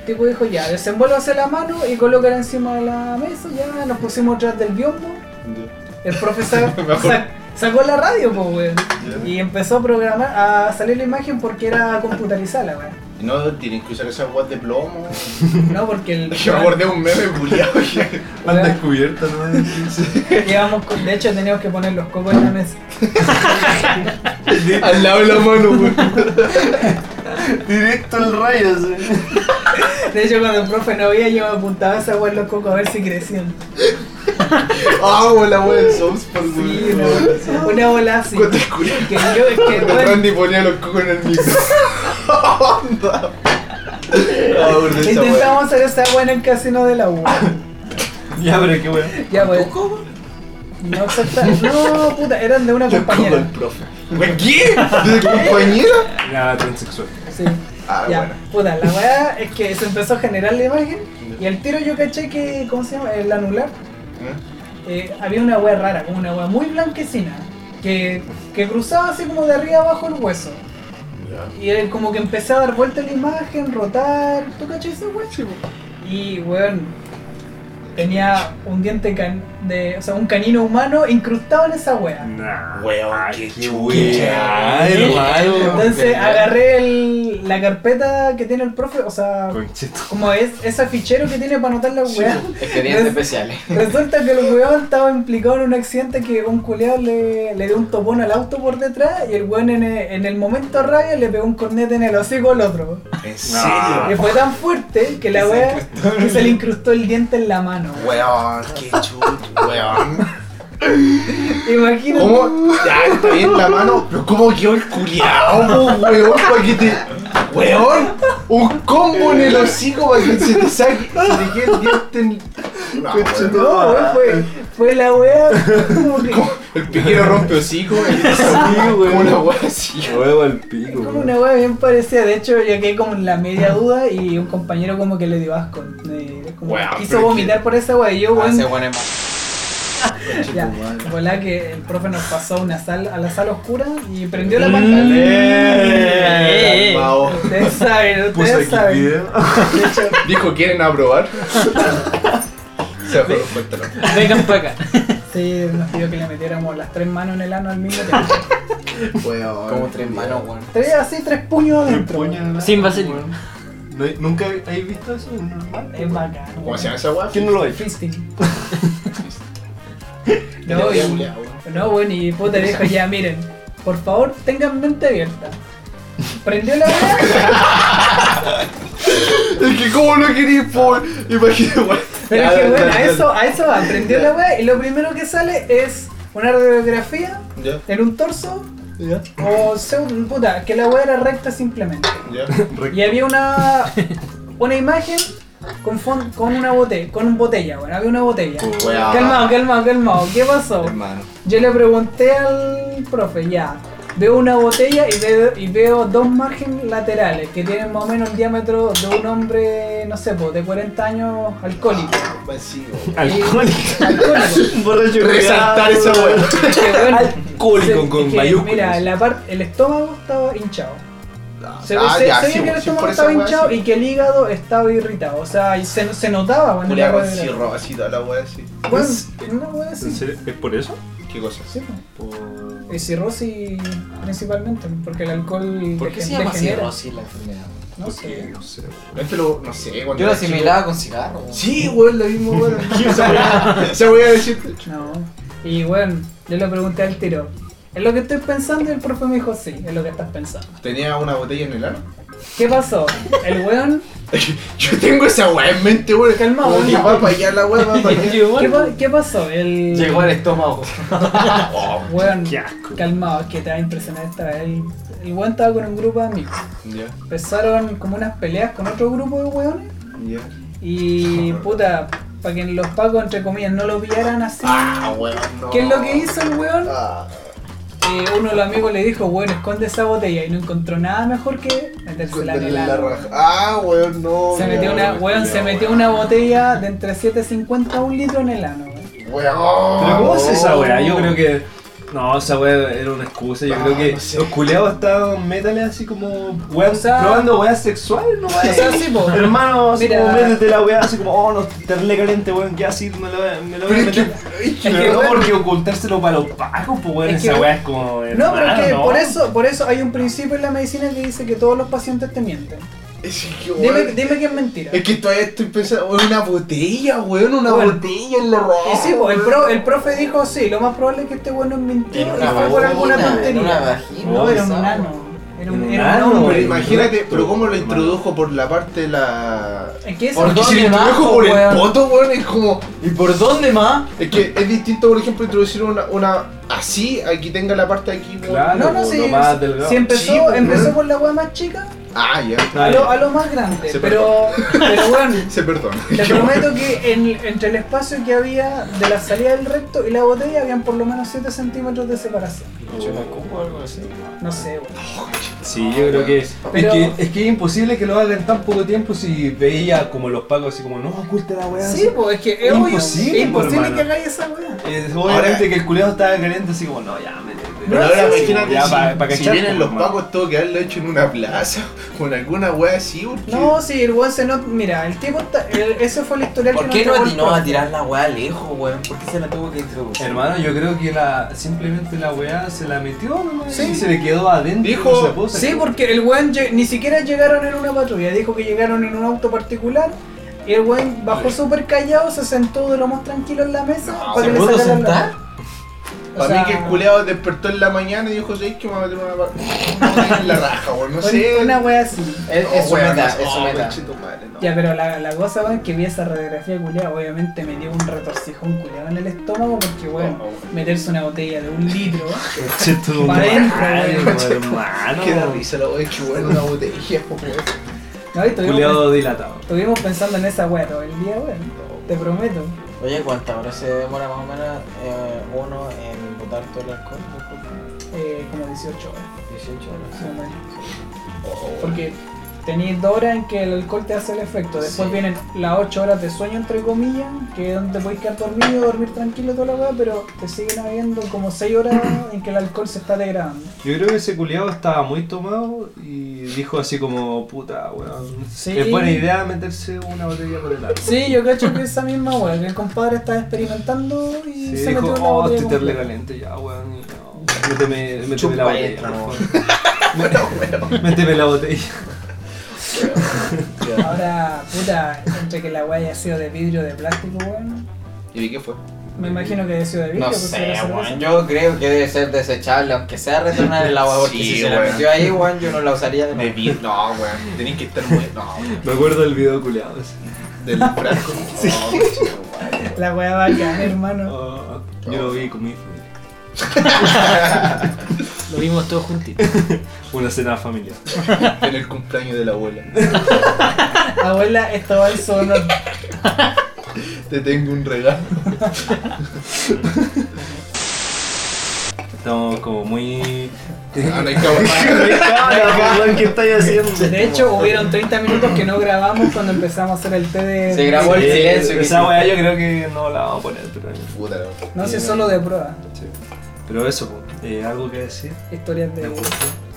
Speaker 4: El tipo dijo, ya, desenvuélvase la mano y colócala encima de la mesa, ya nos pusimos atrás del biombo.
Speaker 2: Ah.
Speaker 4: El profe sa- sa- sacó la radio, pues, weón. Y empezó a programar, a salir la imagen porque era computarizada, weón.
Speaker 2: No, tienen que usar esas guas de plomo. *laughs*
Speaker 4: No, porque el...
Speaker 2: Yo me acordé de un meme *laughs* culiado.
Speaker 1: Anda
Speaker 4: weón,
Speaker 1: descubierta, no
Speaker 4: llevamos con- de hecho teníamos que poner los cocos en la mesa.
Speaker 2: Al lado de la mano, *laughs* güey.
Speaker 1: Directo al rayo,
Speaker 4: De hecho, cuando el profe no veía, yo me apuntaba a esa weá en los cocos a ver si crecían.
Speaker 2: Ah, güey, la wea de South Park,
Speaker 4: Sí,
Speaker 2: güey.
Speaker 4: una bola así. Una bola así.
Speaker 2: Cuenta el culiao.
Speaker 4: Que yo, que
Speaker 2: Cuando
Speaker 4: bueno,
Speaker 2: Randy ponía los cocos en el micro. *laughs* Onda. Ah, güey, de esa wea.
Speaker 4: intentamos hacer esa weá en el casino de la U.
Speaker 1: *laughs*
Speaker 2: Ah,
Speaker 1: Ya, pero qué weón.
Speaker 4: Ya, pues. No, exacta- no, puta, eran de una
Speaker 2: Los cocos
Speaker 4: compañera.
Speaker 2: del profe. Güey, ¿Qué? ¿De compañera?
Speaker 1: Nada transexual.
Speaker 4: Sí.
Speaker 2: *laughs* Ah,
Speaker 4: ya,
Speaker 2: bueno.
Speaker 4: puta, la weá es que se empezó a generar la imagen y al tiro yo caché que, ¿cómo se llama? El anular. eh, había una wea rara, como una wea muy blanquecina, que, que cruzaba así como de arriba abajo el hueso. Y él como que empecé a dar vuelta la imagen, rotar, ¿tú cachai esa wea? Y weón, tenía un diente can- de, o sea, un canino humano incrustado en esa wea.
Speaker 1: Nah.
Speaker 2: Weón,
Speaker 1: Ay,
Speaker 2: qué
Speaker 1: qué weá, hermano.
Speaker 4: Entonces agarré el- la carpeta que tiene el profe, o sea,
Speaker 1: Conchito.
Speaker 4: como es ese fichero que tiene para anotar las weas.
Speaker 5: Expedientes
Speaker 4: Es-
Speaker 5: especiales.
Speaker 4: Resulta que el weón estaba implicado en un accidente que un culeado le, le dio un topón al auto por detrás y el weón en el, en el momento rabia le pegó un cornete en el hocico al otro.
Speaker 2: ¿En
Speaker 1: serio?
Speaker 2: Ah.
Speaker 4: Y fue tan fuerte que la wea que se le incrustó el diente en la mano.
Speaker 2: Weón, qué chulo, weón.
Speaker 4: Imagínate.
Speaker 2: ¿Cómo? Ya, está bien la mano, pero ¿cómo quedó el culiao, po, weón? Para que te. Weón, un combo en el hocico para que se te saque. Se te quede el diente en. No, weón.
Speaker 4: No, weón, fue, fue la wea. Como que-
Speaker 2: ¿Cómo? El piquero rompe hocico, el como una weá así.
Speaker 1: Huevo al pico.
Speaker 4: Como
Speaker 1: weón.
Speaker 4: una wea bien parecida, de hecho yo quedé como en la media duda y un compañero como que le dio asco. eh, como
Speaker 2: Weón,
Speaker 4: quiso
Speaker 2: pero
Speaker 4: vomitar por esa wea y yo,
Speaker 5: Ah,
Speaker 4: weón,
Speaker 5: ese weón es más.
Speaker 4: Ya, volá que el profe nos pasó a una sal, a la sala oscura y prendió
Speaker 2: Mm.
Speaker 5: Mm.
Speaker 4: la
Speaker 1: Dale.
Speaker 2: *laughs*
Speaker 5: Eh,
Speaker 4: pantalla.
Speaker 2: Calmao.
Speaker 4: Ustedes saben,
Speaker 1: Puso aquí
Speaker 4: ustedes
Speaker 1: el
Speaker 4: saben.
Speaker 1: video.
Speaker 4: De hecho,
Speaker 2: Dijo, ¿quieren aprobar? Se fue, cuéntalo.
Speaker 5: Vengan para acá.
Speaker 4: sí, nos pidió que le metiéramos las tres manos en el ano al mismo tiempo.
Speaker 2: Weón.
Speaker 5: Como tres manos, weón.
Speaker 4: Tres, así, tres puños adentro.
Speaker 5: Sin vaselina.
Speaker 1: Weón. ¿No hay- ¿Nunca habéis visto eso? Es normal.
Speaker 4: Es bacán.
Speaker 2: ¿Cómo se llama esa weá?
Speaker 1: ¿Quién no lo ha hecho?
Speaker 2: *laughs*
Speaker 4: Fisting.
Speaker 2: Ya
Speaker 4: No,
Speaker 2: te
Speaker 4: y-
Speaker 2: había culiao, weón.
Speaker 4: No, bueno, y puta dijo, ya, miren, por favor, tengan mente abierta. Prendió
Speaker 2: *laughs*
Speaker 4: la wea,
Speaker 2: Es que, ¿cómo lo queréis, por? Imagínate, weón.
Speaker 4: pero es
Speaker 2: Ya,
Speaker 4: que
Speaker 2: ya,
Speaker 4: bueno, a
Speaker 2: ya,
Speaker 4: eso, a eso va, prendió la wea y lo primero que sale es una radiografía
Speaker 2: Ya,
Speaker 4: en un torso
Speaker 2: ya,
Speaker 4: O sea, puta, que la weá era recta simplemente.
Speaker 2: ya.
Speaker 4: Y había una una imagen con fon- con una botella, con un botella, bueno, había una botella.
Speaker 2: Weón.
Speaker 4: Calmado, calmado, calmado, ¿qué pasó?
Speaker 2: Hermano.
Speaker 4: Yo le pregunté al profe, ya, veo una botella y veo, y veo dos márgenes laterales que tienen más o menos el diámetro de un hombre, no sé, pues, de 40 años
Speaker 1: *laughs*
Speaker 4: alcohólico.
Speaker 2: Vacío.
Speaker 1: Alcohólico.
Speaker 4: Alcohólico.
Speaker 1: Borracho.
Speaker 2: Resaltar esa weá.
Speaker 4: Que, bueno,
Speaker 1: Alcohólico
Speaker 4: se-
Speaker 1: con
Speaker 4: que,
Speaker 1: mayúsculas.
Speaker 4: Mira, la parte, el estómago estaba hinchado. Se,
Speaker 2: Ah,
Speaker 4: se-
Speaker 2: ya,
Speaker 4: se
Speaker 2: sí,
Speaker 4: veía que el
Speaker 2: sí,
Speaker 4: estómago
Speaker 2: por
Speaker 4: estaba
Speaker 2: esa weá,
Speaker 4: hinchado
Speaker 2: sí.
Speaker 4: y que el hígado estaba irritado. O sea, y se, se notaba cuando
Speaker 2: Culeado
Speaker 4: la
Speaker 2: con
Speaker 4: rueda
Speaker 2: cirro, así toda la wea así.
Speaker 4: era- Bueno, una wea así.
Speaker 1: ¿En serio? ¿Es por eso?
Speaker 2: ¿Qué cosa?
Speaker 4: Sí, pues.
Speaker 1: Por...
Speaker 4: Y cirrosis principalmente, porque el alcohol
Speaker 5: ¿Por qué se llama
Speaker 4: degenera,
Speaker 5: cirrosis la enfermedad? weón?
Speaker 4: No
Speaker 1: Porque,
Speaker 4: sé.
Speaker 1: no sé. weón.
Speaker 2: Este lo, no sé, cuando
Speaker 5: Yo
Speaker 2: era chico.
Speaker 5: lo asimilaba con cigarro. weón.
Speaker 2: Sí, weón, la misma
Speaker 4: *laughs*
Speaker 2: weón. Esa weá- Esa weá decirte.
Speaker 4: No. Y bueno, yo le pregunté al tiro. ¿Es lo que estoy pensando? Y el profe me dijo, sí, es lo que estás pensando.
Speaker 2: Tenía una botella en el ano. *laughs*
Speaker 4: ¿Qué pasó? El weón
Speaker 2: Yo tengo esa weá en mente, weón.
Speaker 4: Calma,
Speaker 2: Como
Speaker 4: weón.
Speaker 2: que va para allá la weá, va para
Speaker 4: *laughs*
Speaker 2: allá.
Speaker 4: ¿Qué, pa- qué pasó? El...
Speaker 5: Llegó al estómago.
Speaker 2: Oh,
Speaker 4: Weón,
Speaker 1: Qué asco.
Speaker 4: calmado, es que te va a impresionar esta vez. El, el weón estaba con un grupo de amigos.
Speaker 2: Ya,
Speaker 4: Empezaron como unas peleas con otro grupo de weones.
Speaker 2: ya.
Speaker 4: Y puta, para que los pacos, entre comillas, no lo pillaran así.
Speaker 2: Ah, weón, no.
Speaker 4: ¿Qué es lo que hizo el weón?
Speaker 2: Ah,
Speaker 4: Eh, uno de los amigos le dijo, weón, esconde esa botella. Y no encontró nada mejor que metérsela en
Speaker 2: contarle
Speaker 4: el
Speaker 2: la
Speaker 4: ano.
Speaker 2: raja. Ah, weón, no.
Speaker 4: Se
Speaker 2: ya,
Speaker 4: metió una, weón, se
Speaker 2: ya,
Speaker 4: metió una botella de entre 7.50 a un litro en el ano, ¿eh? weón.
Speaker 2: Weón.
Speaker 1: Pero ¿cómo es esa weá? Yo creo
Speaker 2: weón.
Speaker 1: que. No, esa weá era una excusa. Yo
Speaker 2: Ah,
Speaker 1: creo que
Speaker 2: no sé.
Speaker 1: los culeados estaban métales así como. Weón,
Speaker 4: O sea-
Speaker 1: probando weá sexual, no
Speaker 4: O sea, sí, po.
Speaker 1: Hermano, así
Speaker 4: Mira.
Speaker 1: como métete la weá, así como, oh, no, terle caliente, weón, ya así me lo, voy- me lo voy a
Speaker 2: Pero es que.
Speaker 1: meter.
Speaker 2: es que,
Speaker 1: Pero no
Speaker 2: weón,
Speaker 1: porque ocultárselo para los pacos, pues weón,
Speaker 4: Es que-
Speaker 1: esa weá es como.
Speaker 4: No, pero es
Speaker 1: hermano,
Speaker 4: que
Speaker 1: no.
Speaker 4: por eso, por eso hay un principio en la medicina que dice que todos los pacientes te mienten.
Speaker 2: Es que,
Speaker 4: Dime,
Speaker 2: weón.
Speaker 4: dime que es mentira.
Speaker 2: Es que todavía estoy pensando, weón, una botella, weón, una
Speaker 4: Weón.
Speaker 2: botella en la raja.
Speaker 4: Y sí, pues, el, pro- el profe dijo, sí, lo más probable es que este bueno mintió
Speaker 5: Era
Speaker 4: y
Speaker 5: una
Speaker 4: fue por alguna
Speaker 5: vagina,
Speaker 4: tontería.
Speaker 5: era una vagina,
Speaker 4: no, era un
Speaker 5: esa,
Speaker 4: nano. Era un,
Speaker 1: Un
Speaker 4: era un
Speaker 1: nano,
Speaker 4: hombre.
Speaker 2: Pero
Speaker 1: weón.
Speaker 2: imagínate, pero cómo lo introdujo por la parte de la.
Speaker 4: Es que eso,
Speaker 5: ¿Por
Speaker 2: Porque
Speaker 5: dónde
Speaker 2: si lo introdujo
Speaker 5: bajo,
Speaker 2: por el
Speaker 5: weón?
Speaker 2: poto, weón, es como.
Speaker 5: ¿Y por dónde más?
Speaker 2: Es que es distinto, por ejemplo, introducir una, una así, aquí tenga la parte de aquí, weón.
Speaker 1: Claro.
Speaker 4: no, no,
Speaker 1: Uno
Speaker 4: sí,
Speaker 1: más
Speaker 4: sí,
Speaker 1: delgado.
Speaker 4: sí empezó,
Speaker 2: Sí, pues,
Speaker 4: empezó
Speaker 2: weón.
Speaker 4: por la weá más chica
Speaker 2: Ah, ya.
Speaker 1: Ah,
Speaker 4: a lo,
Speaker 1: ya.
Speaker 4: a lo más grande.
Speaker 2: Se
Speaker 4: Eh, pero, pero
Speaker 2: *laughs*
Speaker 4: bueno,
Speaker 2: Se perdona.
Speaker 4: te prometo que en- entre el espacio que había de la salida del recto y la botella habían por lo menos 7 centímetros de separación.
Speaker 5: o algo así.
Speaker 4: No sé, weón.
Speaker 1: Sí, yo creo que es.
Speaker 4: Pero-
Speaker 1: Es, que es que es imposible que lo hagan en tan poco tiempo si veía como los pacos así como, no, oculta la weá.
Speaker 4: Sí,
Speaker 1: así.
Speaker 4: pues es que es
Speaker 1: Es
Speaker 4: obvio,
Speaker 1: imposible,
Speaker 4: es imposible
Speaker 1: hermano.
Speaker 4: que hagáis esa weá.
Speaker 1: Es obviamente que el culeado estaba caliente así como, no, ya, me...
Speaker 2: Pero ahora
Speaker 1: sí,
Speaker 2: imagínate,
Speaker 1: ya,
Speaker 2: si,
Speaker 1: pa- pa'
Speaker 2: si
Speaker 1: cachar,
Speaker 2: vienen
Speaker 1: po,
Speaker 2: los
Speaker 1: hermano.
Speaker 2: pacos, todo que haberlo hecho en una plaza. *laughs* con alguna wea así, porque...
Speaker 4: No, sí, el weón se nota. Mira, el tipo. está- el- ese fue el historial
Speaker 5: ¿Por
Speaker 4: que
Speaker 5: qué no
Speaker 4: nos entregó el
Speaker 5: atinó
Speaker 4: profe.
Speaker 5: a tirar la weá lejos, weón? ¿Por qué se la tuvo que introducir?
Speaker 1: Hermano, yo creo que la, simplemente la weá se la metió nomás
Speaker 4: Sí.
Speaker 1: y se le quedó adentro.
Speaker 2: Dijo-
Speaker 1: no se pudo sacar.
Speaker 4: Sí,
Speaker 1: *laughs*
Speaker 4: porque el weón lle- ni siquiera llegaron en una patrulla, dijo que llegaron en un auto particular. Y el weón bajó súper callado, se sentó de lo más tranquilo en la mesa.
Speaker 2: No,
Speaker 4: para
Speaker 5: ¿Se
Speaker 4: que le
Speaker 5: pudo
Speaker 4: sacaran la-
Speaker 5: sentar?
Speaker 4: o
Speaker 2: Para
Speaker 4: sea,
Speaker 2: mí que el culeado despertó en la mañana y dijo, sí, que me va a meter una pa- una
Speaker 4: *laughs*
Speaker 2: wea en la raja, weón, no
Speaker 4: con-
Speaker 2: sé.
Speaker 4: Una wea así.
Speaker 5: Es,
Speaker 2: No,
Speaker 5: es su
Speaker 2: wea,
Speaker 5: meta,
Speaker 2: no,
Speaker 5: es su
Speaker 2: oh,
Speaker 5: meta.
Speaker 2: conchetumare, no.
Speaker 4: Ya, pero la, la cosa, weón, que vi esa radiografía culiada, obviamente me dio un retorcijón culiado en el estómago, porque, weón,
Speaker 2: No, weón.
Speaker 4: meterse una botella de un litro
Speaker 1: Che, tu
Speaker 4: para
Speaker 1: madre,
Speaker 4: adentro, weón.
Speaker 1: hermano.
Speaker 2: Qué da risa la wea, que buena una botella, po, weón.
Speaker 4: No, y estuvimos,
Speaker 1: Culeado dilatado.
Speaker 4: estuvimos pensando en esa wea todo el día, weón. Te prometo.
Speaker 5: Oye, ¿cuántas horas se demora más o menos eh, uno en botar todo el alcohol?
Speaker 4: Eh, como 18 horas.
Speaker 5: 18
Speaker 4: Sí,
Speaker 5: horas.
Speaker 4: weón.
Speaker 2: Oh, weón.
Speaker 4: Porque tenéis dos horas en que el alcohol te hace el efecto. Después
Speaker 5: Sí.
Speaker 4: vienen las ocho horas de sueño, entre comillas, que es donde podéis quedar dormido, dormir tranquilo, toda la weá, pero te siguen habiendo como seis horas en que el alcohol se está degradando.
Speaker 1: Yo creo que ese culiado estaba muy tomado y dijo así como, puta, weón.
Speaker 4: Sí.
Speaker 1: Es buena idea meterse una botella por el arco.
Speaker 4: Sí, yo cacho que esa misma weá, que el compadre está experimentando y
Speaker 1: Sí,
Speaker 4: se
Speaker 1: dijo,
Speaker 4: metió en la
Speaker 1: oh,
Speaker 4: botella
Speaker 1: estoy terrible
Speaker 4: completa".
Speaker 1: caliente ya, weón. y no, Méteme, méteme
Speaker 5: Chupa
Speaker 1: la botella,
Speaker 5: entra,
Speaker 1: por *laughs* favor. Méteme la botella.
Speaker 4: Ahora, puta, entre que la weá haya sido de vidrio o de plástico, weón.
Speaker 2: ¿Y de qué fue?
Speaker 4: Me imagino que haya sido de vidrio.
Speaker 5: No
Speaker 4: porque
Speaker 5: sé,
Speaker 4: era cerveza.
Speaker 5: weón. Yo creo que debe ser desechable, aunque sea retornar el agua, porque
Speaker 2: Sí,
Speaker 5: si se la
Speaker 2: weón.
Speaker 5: metió ahí, weón, yo no la usaría de
Speaker 2: De
Speaker 5: nuevo.
Speaker 2: vid- no, weón, tenés que estar muy... No, weón.
Speaker 1: Me acuerdo del video culiado.
Speaker 2: del *laughs* Franco. Oh, conchetumare.
Speaker 4: La weá va a caer, hermano.
Speaker 1: Oh, yo lo vi con mi
Speaker 5: Lo vimos todos juntitos.
Speaker 1: Una cena familiar.
Speaker 2: en el cumpleaños de la *laughs* abuela.
Speaker 4: Abuela, esto va al sonor.
Speaker 2: Te tengo un *laughs* regalo.
Speaker 1: Estamos como muy.
Speaker 2: Ah,
Speaker 1: *laughs*
Speaker 2: no hay cámara.
Speaker 1: ¿Qué estáis haciendo?
Speaker 4: De hecho, hubieron 30 minutos que no grabamos cuando empezamos a hacer el té de...
Speaker 5: Se grabó el silencio. que
Speaker 1: Esa
Speaker 5: hiciste.
Speaker 1: weá yo creo que no la vamos a poner, pero.
Speaker 2: *laughs* Puta, la weón.
Speaker 4: No sé, solo de prueba.
Speaker 1: sí. Pero eso, po, eh, algo que decir.
Speaker 4: Historias de...
Speaker 1: Me gustó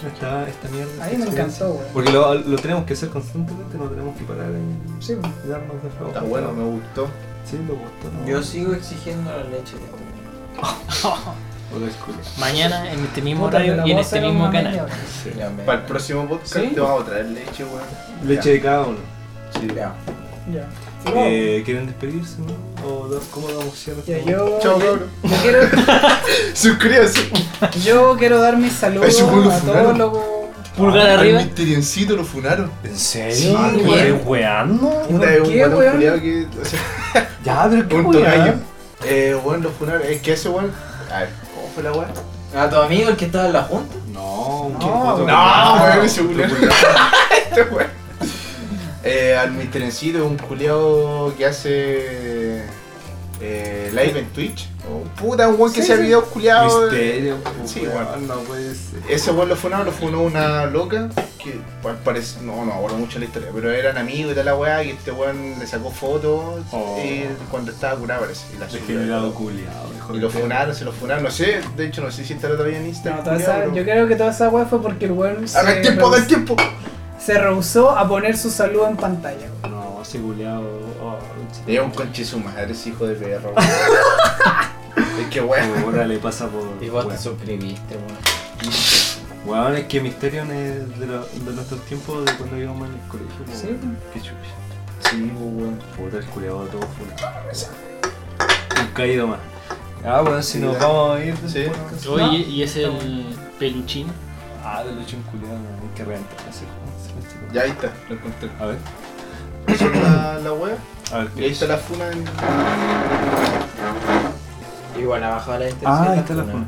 Speaker 1: esta, esta mierda.
Speaker 4: A mí me encantó, weón.
Speaker 1: Porque lo, lo tenemos que hacer constantemente, no tenemos que parar en
Speaker 4: Sí, weón.
Speaker 1: darnos de fuego.
Speaker 2: Está bueno, me gustó.
Speaker 1: Sí, me gustó. ¿no?
Speaker 5: Yo sigo exigiendo la leche de
Speaker 2: *laughs*
Speaker 5: agua.
Speaker 1: O del culo.
Speaker 6: Mañana en este mismo
Speaker 4: Puta, te la
Speaker 6: horario y en
Speaker 4: voy a
Speaker 6: este
Speaker 4: hacer
Speaker 6: mismo
Speaker 4: una
Speaker 6: canal.
Speaker 4: media hora.
Speaker 1: Sí.
Speaker 5: Ya me-
Speaker 2: Para el próximo podcast
Speaker 4: ¿Sí?
Speaker 2: te vamos a traer leche, weón.
Speaker 1: Leche de cada uno.
Speaker 5: Ya.
Speaker 4: Ya.
Speaker 1: Eh, ¿Quieren despedirse, no? ¿O da- cómo damos cierre?
Speaker 4: Ya, yo,
Speaker 2: Chao,
Speaker 4: yo-
Speaker 2: cabrón.
Speaker 4: yo quiero,
Speaker 2: Suscríbase.
Speaker 4: yo quiero dar mis saludos
Speaker 2: Eso fue lo
Speaker 4: a todos
Speaker 2: funaron.
Speaker 4: los...
Speaker 6: Pulgar
Speaker 2: Al
Speaker 6: arriba.
Speaker 2: misterioncito lo funaron.
Speaker 1: ¿En
Speaker 2: Sí,
Speaker 1: serio? Ah,
Speaker 2: weón.
Speaker 1: ¿Estás weando?
Speaker 4: ¿Y por
Speaker 2: Puta, es un
Speaker 4: qué,
Speaker 2: guatón
Speaker 4: weón?
Speaker 2: culiao que. O sea,
Speaker 1: Ya, pero qué
Speaker 2: un
Speaker 1: weá.
Speaker 2: tocayo. Eh, weón, lo funaron. Es que ese weón. A ver, ¿cómo fue la weón?
Speaker 5: A tu amigo el que estaba en la junta.
Speaker 1: No,
Speaker 4: No,
Speaker 1: qué puto
Speaker 4: weón.
Speaker 1: culiao.
Speaker 2: No, weón, ese
Speaker 1: *laughs*
Speaker 2: culiao. Este weón. Eh, al misterioncito es un culiao que hace. Eh, live en Twitch. Oh, puta, un weón que
Speaker 4: Sí,
Speaker 2: hace
Speaker 4: sí.
Speaker 2: videos culiados.
Speaker 1: Misterio,
Speaker 2: Sí,
Speaker 1: weón,
Speaker 2: weón.
Speaker 1: No puede ser.
Speaker 2: eh, Ese weón lo funó, lo funó una loca que al parecer, no, no acuerdo mucho la historia, pero eran amigos y tal la weá y este weón le sacó fotos
Speaker 1: Oh.
Speaker 2: eh, cuando estaba curado parece. Y, la subió,
Speaker 1: Degenerado
Speaker 2: y
Speaker 1: culiao, hijo
Speaker 2: todo. Y
Speaker 1: de
Speaker 2: lo
Speaker 1: perra.
Speaker 2: funaron, se lo funaron, no sé, de hecho no sé si estará todavía en Instagram.
Speaker 4: No, toda esa- yo creo que toda esa weá fue porque el weón se,
Speaker 2: Haga el tiempo, haga el
Speaker 4: rehus-
Speaker 2: tiempo.
Speaker 4: se rehusó a poner su saludo en pantalla. weón.
Speaker 1: No, ese culiao.
Speaker 2: *laughs*
Speaker 1: oh,
Speaker 2: Es un conche su madre, ese hijo de perro. *laughs* weón. es que weón.
Speaker 1: Ahora le pasa por.
Speaker 5: Y vos te
Speaker 1: weón.
Speaker 5: suscribiste, weón.
Speaker 1: Weón, es que Mysterion es de, lo- de nuestros tiempos de cuando íbamos en el colegio. weón.
Speaker 4: Sí.
Speaker 1: Qué chucha.
Speaker 2: Sí, pues, weón.
Speaker 1: Puta, el culiado todo funado. Un caído más. Ah, bueno, si nos vamos a ir.
Speaker 2: Sí.
Speaker 1: después.
Speaker 6: Oye, y es el pelinchín.
Speaker 1: Ah, del hecho un culiado, no, que renta. ese juego, ese festival.
Speaker 2: Ya ahí está, lo encontré.
Speaker 1: A ver,
Speaker 2: Esa es la, la weá.
Speaker 1: a ver.
Speaker 2: Y ahí está la funa en.
Speaker 5: Igual ha bajado la intensidad.
Speaker 1: Ah,
Speaker 5: de
Speaker 1: ahí está la funa.
Speaker 5: funa.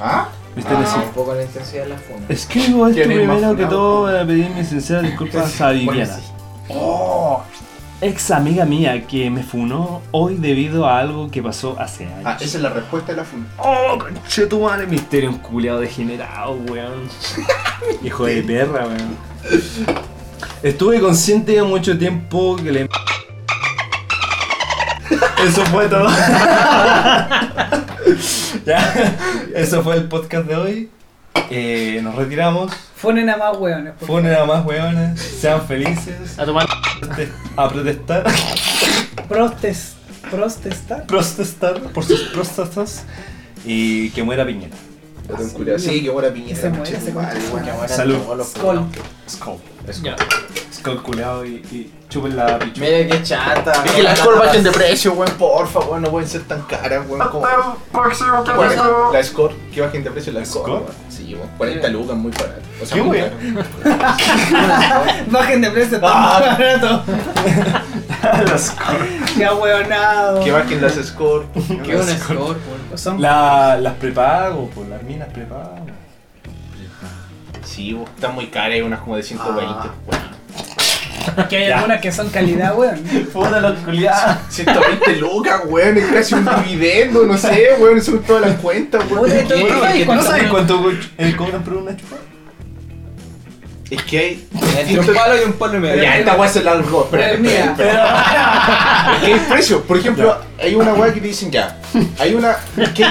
Speaker 2: ¿Ah?
Speaker 1: Mysterion
Speaker 5: Ah,
Speaker 1: sí.
Speaker 5: un poco la intensidad de la funa.
Speaker 1: Escribo esto
Speaker 2: ¿Quién es más
Speaker 1: primero que
Speaker 2: funado?
Speaker 1: todo para pedir mis sinceras disculpas a Viviana.
Speaker 2: sí.
Speaker 1: Oh, ex amiga mía que me funó hoy debido a algo que pasó hace años.
Speaker 2: Ah, esa es la respuesta de la funa.
Speaker 1: Oh, conche tu madre, misterio un culiado degenerado, weón. *laughs* Hijo de perra, weón. Estuve consciente mucho tiempo que le. Eso fue todo. *laughs* ya, eso fue el podcast de hoy. Eh, nos retiramos.
Speaker 4: Funen a más hueones. por
Speaker 1: Funen a más hueones. Sean felices.
Speaker 6: A tomar.
Speaker 1: A protestar. *laughs*
Speaker 4: favor. Prostes. Prostestar.
Speaker 1: Protestar por sus prostatas. Y que muera Piñera.
Speaker 3: Ratón culiao.
Speaker 2: Sí, qué buena
Speaker 4: Que
Speaker 2: piñera.
Speaker 4: se muere
Speaker 2: conche
Speaker 4: ese
Speaker 2: tu madre,
Speaker 4: concha.
Speaker 2: weón.
Speaker 5: Que mueran
Speaker 1: Salud.
Speaker 5: todos los
Speaker 4: Skol.
Speaker 5: culiaos.
Speaker 1: Skull.
Speaker 6: Ya.
Speaker 1: Skull culeado y, y chupen la pichu.
Speaker 5: Mira qué chata.
Speaker 2: Es que las Score bajen de precio, weón, porfa, weón, no pueden ser tan caras, weón. Como... Weón, La Score, que bajen de precio la Score,
Speaker 1: ¿Score?
Speaker 2: weón. Sí, weón, 40 lucas, muy barato. O sea,
Speaker 1: ¿Qué,
Speaker 2: muy
Speaker 1: weón?
Speaker 2: barato.
Speaker 4: Bajen de precio tan
Speaker 2: Ah.
Speaker 4: *laughs* barato.
Speaker 1: *laughs* la Skull.
Speaker 4: Ya hueonado.
Speaker 2: Que bajen las Score. *laughs*
Speaker 5: Qué un score, weón.
Speaker 4: Son
Speaker 1: La- las prepago, por las minas prepago.
Speaker 2: Sí, weón, están muy caras, hay unas como de 120, *laughs* weón.
Speaker 4: que hay algunas que son calidad, weón.
Speaker 2: *laughs*
Speaker 1: Puta los culiados.
Speaker 2: 120 lucas, weón, es casi un dividendo, no sé, weón, son todas las cuentas, weón.
Speaker 4: Puta, esto-
Speaker 2: ¿Qué?
Speaker 4: ¿no sabes
Speaker 1: ¿No
Speaker 4: cuánto-
Speaker 1: sabes cuánto eh, cobran por una chupada?
Speaker 2: Es que hay...
Speaker 5: Entre un palo y un palo y medio.
Speaker 2: Ya, esta weá se la algo, espera,
Speaker 4: Pero mira,
Speaker 2: espera, espera. ¿Qué hay precio? Por ejemplo, hay una weá que te dicen ya. Hay una. ¿Qué?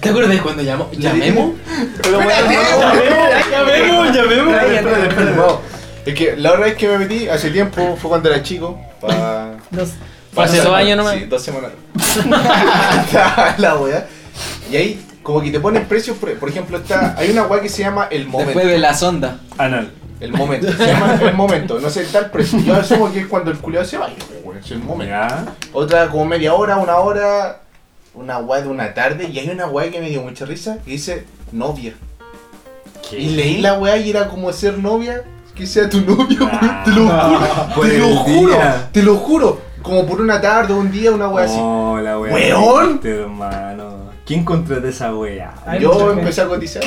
Speaker 5: ¿Te acuerdas cuando llamó? llamemos?
Speaker 1: Pero bueno,
Speaker 6: Llamemos, llamemos.
Speaker 1: espérate, espérate, espérate.
Speaker 2: Wow. Es que la verdad es que me metí hace tiempo, fue cuando era chico. Pa,
Speaker 4: Los,
Speaker 2: *laughs*
Speaker 6: Fue hace dos
Speaker 2: pa-
Speaker 6: años nomás.
Speaker 2: Sí, dos semanas.
Speaker 1: *laughs*
Speaker 2: *laughs* la weá. Y ahí, como que te ponen precios, por, por ejemplo, está, hay una weá que se llama el momento.
Speaker 5: Después de la sonda.
Speaker 1: Anal.
Speaker 2: El momento. Se llama el momento. No sé, está el precio. Yo asumo que es cuando el culiado se vaya. weón, Es el momento.
Speaker 1: Ya.
Speaker 2: otra como media hora, una hora, una weá de una tarde, y hay una weá que me dio mucha risa, que dice novia. Y leí la weá y era como ser novia, que sea tu novia,
Speaker 1: Ah,
Speaker 2: weón, te lo juro,
Speaker 1: por
Speaker 2: te lo
Speaker 1: el
Speaker 2: juro,
Speaker 1: día.
Speaker 2: te lo juro, como por una tarde, un día, una weá así.
Speaker 1: Oh, la wea.
Speaker 2: Weón.
Speaker 1: triste, Este, hermano. ¿Quién contrató esa wea?
Speaker 4: Ay, mucha
Speaker 2: Yo
Speaker 4: gente.
Speaker 2: empecé a
Speaker 4: *laughs*
Speaker 2: cotizar.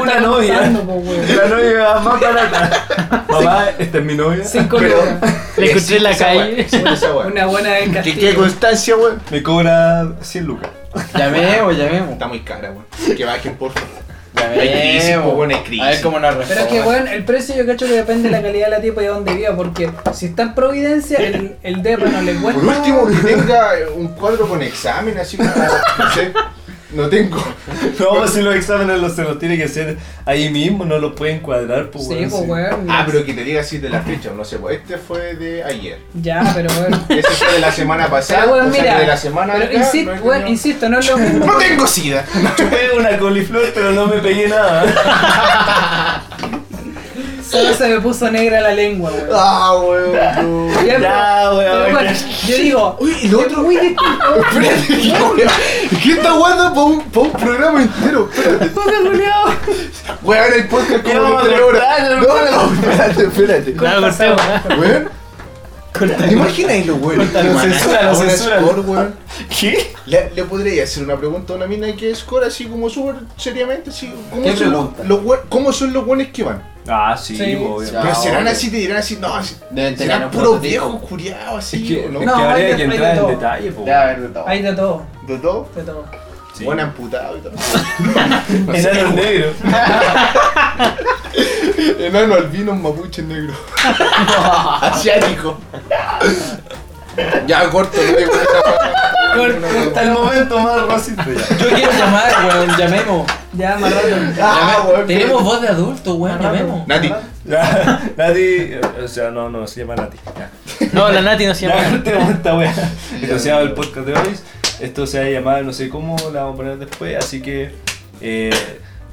Speaker 4: Una
Speaker 1: novia.
Speaker 4: novia.
Speaker 1: novia más barata. Mamá, esta es mi novia.
Speaker 4: Cinco
Speaker 2: Pero-
Speaker 4: lucas.
Speaker 6: Le encontré en la
Speaker 2: Esa weá,
Speaker 6: *laughs* calle.
Speaker 2: esa weá.
Speaker 4: Una buena
Speaker 2: Que
Speaker 4: del
Speaker 2: quede
Speaker 4: castillo.
Speaker 2: constancia, weón.
Speaker 1: Me cobra 100 lucas.
Speaker 2: *laughs*
Speaker 5: Llamemos, llamemos.
Speaker 2: Está muy cara, weón. Que bajen, por favor. Hay crisis, po,
Speaker 5: Llamemos.
Speaker 2: weón, hay crisis.
Speaker 5: A ver cómo nos
Speaker 4: Pero es
Speaker 5: responde.
Speaker 4: que, weón, el precio yo cacho que depende de la calidad de la tipa y de dónde viva, porque si está en Providencia, el, el depa no le cuesta.
Speaker 2: Por último, que tenga un cuadro con examen, así como, no sé, no tengo.
Speaker 1: No, si los exámenes los, se los tiene que hacer ahí mismo, no los pueden cuadrar, pues
Speaker 4: Sí, pues, weón.
Speaker 2: Ah, pero que te diga así de la fecha, no sé, pues, este fue de ayer.
Speaker 4: Ya, pero, weón.
Speaker 2: Este fue de la semana pasada,
Speaker 4: Pero, weón,
Speaker 2: o sea,
Speaker 4: mira.
Speaker 2: que de la semana
Speaker 4: Pero
Speaker 2: acá,
Speaker 4: insisto,
Speaker 2: no he
Speaker 4: weón,
Speaker 2: tenido-
Speaker 4: insisto, no es lo
Speaker 2: *laughs*
Speaker 4: mismo.
Speaker 2: ¡No tengo sida!
Speaker 1: Chupé una coliflor, pero no me pegué nada.
Speaker 4: Solo se me puso negra la lengua, weón.
Speaker 2: ¡Ah, weón! no.
Speaker 1: ya,
Speaker 4: Ya, pero,
Speaker 2: Ah,
Speaker 1: weón.
Speaker 4: weón, yo digo,
Speaker 2: Uy, y lo
Speaker 4: es
Speaker 2: otro...
Speaker 4: muy distinto.
Speaker 2: Espérate, que- ¿qué está guardando para un, pa' un programa entero? Espérate. Weón, el podcast
Speaker 1: Ya
Speaker 2: como
Speaker 1: vamos
Speaker 2: de
Speaker 1: a
Speaker 2: tres horas.
Speaker 1: cortar,
Speaker 2: No, no, espérate, espérate.
Speaker 6: No, cortemos.
Speaker 2: Weón, ¿te imaginas lo weón?
Speaker 5: Lo censura, lo
Speaker 2: A una
Speaker 5: censura.
Speaker 2: score, weón.
Speaker 1: ¿Qué?
Speaker 2: Le, le podría hacer una pregunta a una mina que score así como súper seriamente, así, ¿cómo,
Speaker 5: ¿Qué
Speaker 2: son
Speaker 5: pregunta?
Speaker 2: los, los bue- ¿cómo son los buenos que van?
Speaker 1: Ah, sí,
Speaker 4: Sí.
Speaker 1: obvio.
Speaker 5: Ya. Ah,
Speaker 2: Pero serán
Speaker 5: obvio.
Speaker 2: así, te dirán así, no, así-
Speaker 5: Deben tener
Speaker 2: serán
Speaker 5: un
Speaker 2: puros
Speaker 5: prototipo.
Speaker 2: viejos curiados,
Speaker 1: Es
Speaker 2: así,
Speaker 1: que,
Speaker 2: ¿o ¿no?
Speaker 1: es
Speaker 4: No,
Speaker 1: que
Speaker 4: hay
Speaker 1: habría
Speaker 4: de-
Speaker 1: que
Speaker 4: hay
Speaker 1: entrar
Speaker 4: de
Speaker 1: en
Speaker 4: todo.
Speaker 1: detalle, pues.
Speaker 5: Debe haber de todo.
Speaker 4: Hay de todo,
Speaker 2: De todo,
Speaker 4: de todo.
Speaker 1: Sí.
Speaker 2: buen amputado y todo.
Speaker 1: Enanos negros.
Speaker 2: Enano albino, mapuche negro. *laughs* Asiático. ya, corto, no digo
Speaker 1: Hasta el momento más racista ya.
Speaker 5: Yo quiero llamar, weón, llamemos.
Speaker 4: Ya, más rato.
Speaker 2: Ah, weón.
Speaker 5: Tenemos voz de adulto, weón, llamemos.
Speaker 2: Nati,
Speaker 1: Ya, Nati, eh, o sea, no, no, se llama Nati. Ya,
Speaker 6: No, la Nati no se
Speaker 1: ya *laughs*
Speaker 6: llama.
Speaker 1: cortemos esta wea.
Speaker 5: *laughs*
Speaker 1: Esto se llama el podcast de hoy. Esto se va a llamar, no sé cómo, la vamos a poner después. Así que eh,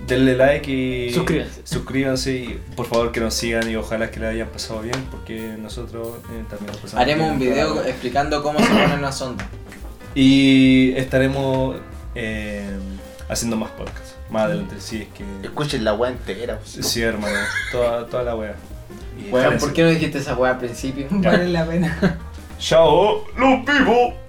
Speaker 1: denle like y.
Speaker 6: Suscríbanse.
Speaker 1: Suscríbanse y por favor que nos sigan y ojalá que la hayan pasado bien porque nosotros eh, también lo pasamos
Speaker 5: Haremos
Speaker 1: bien.
Speaker 5: un video explicando cómo se pone una sonda.
Speaker 1: Y estaremos eh, haciendo más podcasts. Más adelante, si es que.
Speaker 2: escuchen la weá entera. pues. o sea.
Speaker 1: Sí, hermano, toda, toda la wea. Y
Speaker 5: Weón,
Speaker 1: déjense.
Speaker 5: *laughs* ¿por qué no dijiste esa weá al principio?
Speaker 4: Vale la pena.
Speaker 1: Chao, los vivo.